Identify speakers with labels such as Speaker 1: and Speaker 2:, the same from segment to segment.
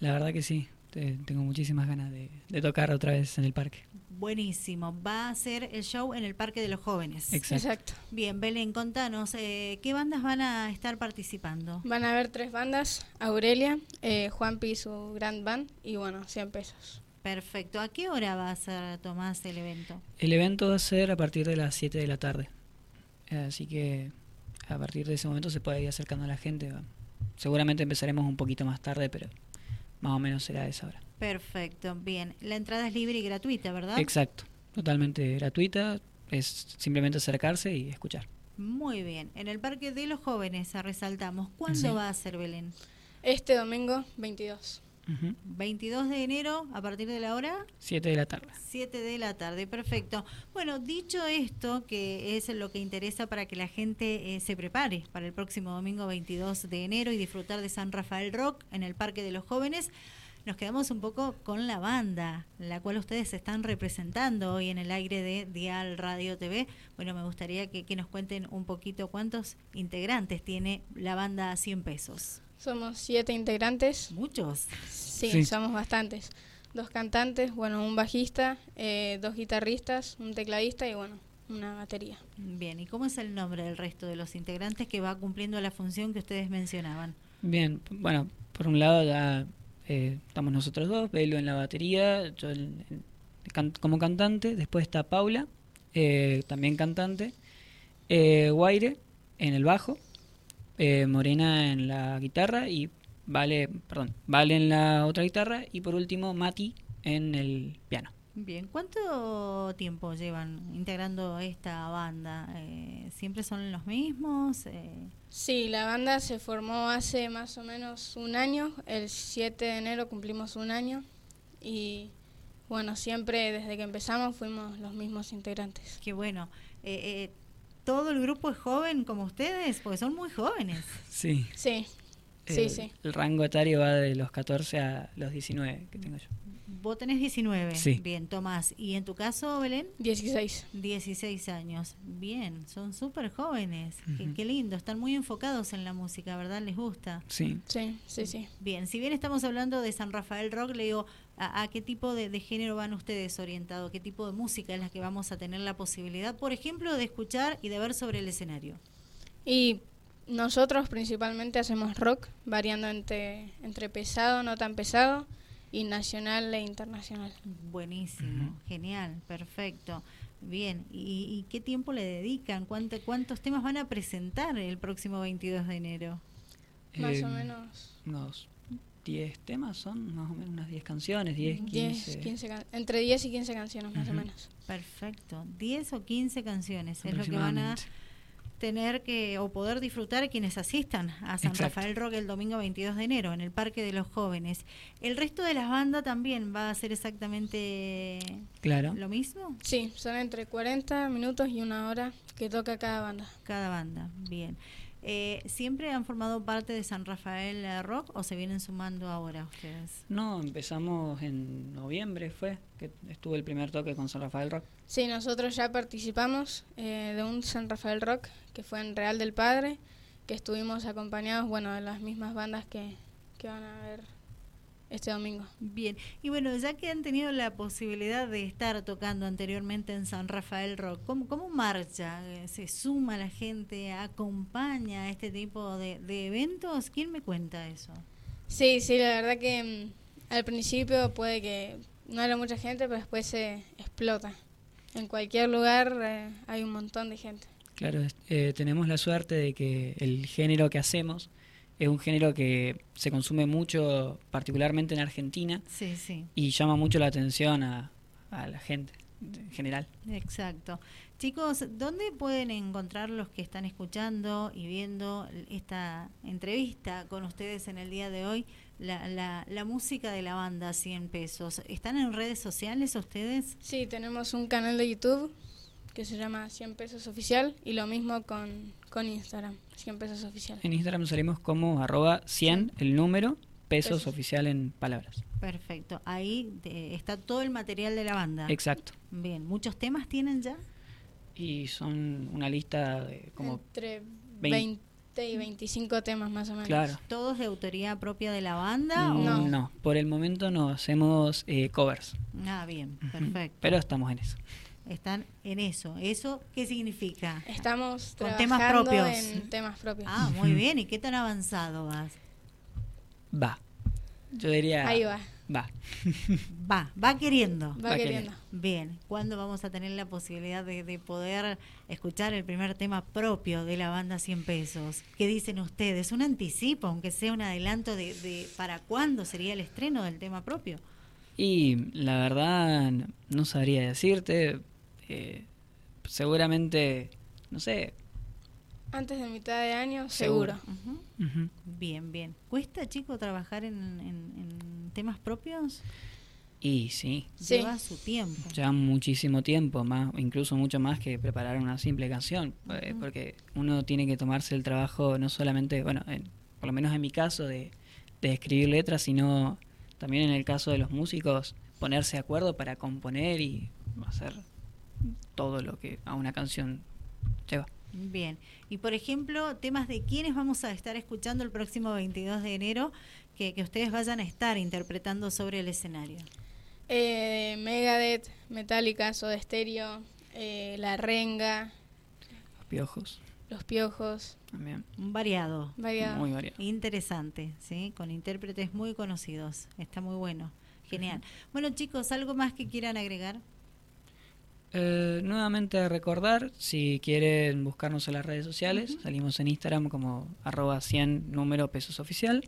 Speaker 1: La verdad que sí. Te- Tengo muchísimas ganas de, de tocar otra vez en el parque.
Speaker 2: Buenísimo. Va a ser el show en el Parque de los Jóvenes.
Speaker 1: Ex- Exacto.
Speaker 3: Exacto.
Speaker 2: Bien, Belén, contanos, eh, ¿qué bandas van a estar participando?
Speaker 3: Van a haber tres bandas, Aurelia, eh, Juanpi y su Grand Band, y bueno, 100 pesos.
Speaker 2: Perfecto. ¿A qué hora va a ser, Tomás, el evento?
Speaker 1: El evento va a ser a partir de las 7 de la tarde. Así que a partir de ese momento se puede ir acercando a la gente. va. Seguramente empezaremos un poquito más tarde, pero más o menos será a esa hora.
Speaker 2: Perfecto, bien. La entrada es libre y gratuita, ¿verdad?
Speaker 1: Exacto. Totalmente gratuita. Es simplemente acercarse y escuchar.
Speaker 2: Muy bien. En el Parque de los Jóvenes, eh, resaltamos, ¿cuándo
Speaker 1: Sí.
Speaker 2: va a ser Belén?
Speaker 3: Este domingo, 22.
Speaker 1: Ujú.
Speaker 2: 22 de enero, a partir de la hora
Speaker 1: 7 de la tarde.
Speaker 2: 7 de la tarde, perfecto. Bueno, dicho esto, que es lo que interesa para que la gente eh, se prepare para el próximo domingo 22 de enero y disfrutar de San Rafael Rock en el Parque de los Jóvenes, nos quedamos un poco con la banda, la cual ustedes están representando hoy en el aire de Dial Radio TV. Bueno, me gustaría que, que nos cuenten un poquito cuántos integrantes tiene la banda 100 pesos.
Speaker 3: Somos siete integrantes.
Speaker 2: Muchos.
Speaker 3: Sí,
Speaker 1: Sí.
Speaker 3: somos bastantes. Dos cantantes, bueno, un bajista, eh, dos guitarristas, un tecladista y bueno, una batería.
Speaker 2: Bien, ¿y cómo es el nombre del resto de los integrantes que va cumpliendo la función que ustedes mencionaban?
Speaker 1: Bien, bueno, por un lado ya eh, estamos nosotros dos, Belo en la batería, yo en- en- can- como cantante, después está Paula, eh, también cantante, eh, Guaire en el bajo, eh, Morena en la guitarra y Vale, perdón, Vale en la otra guitarra y por último Mati en el piano.
Speaker 2: Bien, ¿cuánto tiempo llevan integrando esta banda? Eh, ¿Siempre son los mismos? Eh,
Speaker 3: Sí, la banda se formó hace más o menos un año. El 7 de enero cumplimos un año. Y bueno, siempre desde que empezamos fuimos los mismos integrantes.
Speaker 2: qué bueno. Eh, eh, ¿Todo el grupo es joven como ustedes? Porque son muy jóvenes.
Speaker 1: Sí.
Speaker 3: Sí, sí, sí.
Speaker 1: El rango etario va de los 14 a los 19 que tengo yo.
Speaker 2: Vos tenés 19.
Speaker 1: Sí.
Speaker 2: Bien, Tomás. ¿Y en tu caso, Belén?
Speaker 3: 16.
Speaker 2: 16 años. Bien, son súper jóvenes. Qué,
Speaker 1: Ujú.
Speaker 2: qué lindo. Están muy enfocados en la música, ¿verdad? ¿Les gusta?
Speaker 1: Sí.
Speaker 3: Sí, sí, sí.
Speaker 2: Bien, si bien estamos hablando de San Rafael Rock, le digo, ¿a, a qué tipo de, de género van ustedes orientados? ¿Qué tipo de música es la que vamos a tener la posibilidad, por ejemplo, de escuchar y de ver sobre el escenario?
Speaker 3: Y nosotros principalmente hacemos rock, variando entre, entre pesado, no tan pesado, y nacional e internacional.
Speaker 2: Buenísimo, genial, perfecto. Bien, ¿Y, y qué tiempo le dedican? ¿Cuánto- ¿Cuántos temas van a presentar el próximo 22 de enero?
Speaker 3: Más o
Speaker 1: Em,
Speaker 3: menos
Speaker 1: unos 10 temas, son más o menos unas 10 canciones, 10, 15.
Speaker 3: 10, 15 can- entre 10 y 15 canciones más
Speaker 1: Ujú.
Speaker 3: o menos.
Speaker 2: Perfecto, 10 o 15 canciones es lo que van a
Speaker 1: aproximadamente.
Speaker 2: tener que o poder disfrutar quienes asistan a San
Speaker 1: Exacto.
Speaker 2: Rafael Rock el domingo 22 de enero en el Parque de los Jóvenes. ¿El resto de las bandas también va a ser exactamente
Speaker 1: Claro.
Speaker 2: lo mismo?
Speaker 3: Sí, son entre 40 minutos y una hora que toca cada banda.
Speaker 2: Cada banda, bien. Eh, ¿Siempre han formado parte de San Rafael eh, Rock o se vienen sumando ahora ustedes?
Speaker 1: No, empezamos en noviembre, fue, que estuvo el primer toque con San Rafael Rock.
Speaker 3: Sí, nosotros ya participamos eh, de un San Rafael Rock que fue en Real del Padre, que estuvimos acompañados, bueno, de las mismas bandas que, que van a ver este domingo.
Speaker 2: Bien, y bueno, ya que han tenido la posibilidad de estar tocando anteriormente en San Rafael Rock, ¿cómo, cómo marcha? Eh, ¿Se suma la gente? ¿Acompaña a este tipo de, de eventos? ¿Quién me cuenta eso?
Speaker 3: Sí, sí, la verdad que mm, al principio puede que no era mucha gente, pero después se explota. En cualquier lugar eh, hay un montón de gente.
Speaker 1: Claro, es- eh, tenemos la suerte de que el género que hacemos es un género que se consume mucho, particularmente en Argentina,
Speaker 2: Sí, sí,
Speaker 1: y llama mucho la atención a, a la gente en general.
Speaker 2: exacto. Chicos, ¿dónde pueden encontrar los que están escuchando y viendo esta entrevista con ustedes en el día de hoy? La, la, la música de la banda 100 pesos. ¿Están en redes sociales ustedes?
Speaker 3: Sí, tenemos un canal de YouTube que se llama 100 pesos oficial y lo mismo con, con Instagram, 100 pesos oficial.
Speaker 1: En Instagram salimos como arroba 100, el número, pesos
Speaker 3: Pesos.
Speaker 1: oficial en palabras.
Speaker 2: Perfecto, ahí eh, está todo el material de la banda.
Speaker 1: Exacto.
Speaker 2: Bien, ¿muchos temas tienen ya?
Speaker 1: Y son una lista de como
Speaker 3: Entre
Speaker 1: 20,
Speaker 3: 20, 20 y 25 temas más o menos.
Speaker 1: Claro.
Speaker 2: ¿Todos de autoría propia de la banda? o-
Speaker 3: No.
Speaker 1: Mm, No, por el momento no hacemos eh, covers.
Speaker 2: Ah, bien,
Speaker 1: Ujú.
Speaker 2: perfecto.
Speaker 1: Pero estamos en eso.
Speaker 2: Están en eso. ¿Eso qué significa?
Speaker 3: Estamos
Speaker 2: Con
Speaker 3: trabajando
Speaker 2: temas propios.
Speaker 3: en temas propios.
Speaker 2: Ah, muy bien. ¿Y qué tan avanzado vas?
Speaker 1: Va. Yo diría.
Speaker 3: Ahí va,
Speaker 1: Va.
Speaker 2: Va, va queriendo.
Speaker 3: va,
Speaker 1: Va queriendo.
Speaker 3: queriendo.
Speaker 2: Bien, ¿cuándo vamos a tener la posibilidad de, de poder escuchar el primer tema propio de la banda 100 pesos? ¿Qué dicen ustedes? ¿Un anticipo, aunque sea un adelanto de, de para cuándo sería el estreno del tema propio?
Speaker 1: Y la verdad, n- no sabría decirte. eh, seguramente, no sé.
Speaker 3: Antes de mitad de año,
Speaker 1: Seguro.
Speaker 3: seguro.
Speaker 2: Ujú.
Speaker 1: Ujú.
Speaker 2: Bien, bien. ¿Cuesta, chico, trabajar en, en- en temas propios?
Speaker 1: Y sí,
Speaker 3: Sí.
Speaker 2: Lleva su tiempo.
Speaker 1: ya muchísimo tiempo, más, incluso mucho más que preparar una simple canción, eh,
Speaker 2: Ujú.
Speaker 1: porque uno tiene que tomarse el trabajo no solamente, bueno, en- por lo menos en mi caso, de, de escribir letras, sino también en el caso de los músicos, ponerse de acuerdo para componer y hacer todo lo que a una canción lleva.
Speaker 2: Bien. Y por ejemplo, temas de quiénes vamos a estar escuchando el próximo 22 de enero que, que ustedes vayan a estar interpretando sobre el escenario.
Speaker 3: Eh, Megadeth, Metallica, Soda Stereo, eh, La Renga,
Speaker 1: Los piojos
Speaker 3: Los Piojos,
Speaker 1: también,
Speaker 2: Un variado.
Speaker 3: variado.
Speaker 1: muy variados.
Speaker 2: Interesante, ¿sí? Con intérpretes muy conocidos. Está muy bueno. Genial. Bueno, chicos, ¿algo más que quieran agregar?
Speaker 1: Eh, nuevamente recordar, si quieren buscarnos en las redes sociales, salimos en Instagram como arroba 100 número pesos oficial,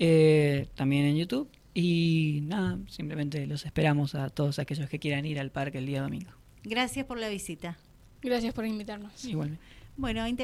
Speaker 1: Eh, también en YouTube y nada, simplemente los esperamos a todos aquellos que quieran ir al parque el día domingo.
Speaker 2: Gracias por la visita.
Speaker 3: Gracias por invitarnos.
Speaker 1: Igualmente.
Speaker 2: Bueno,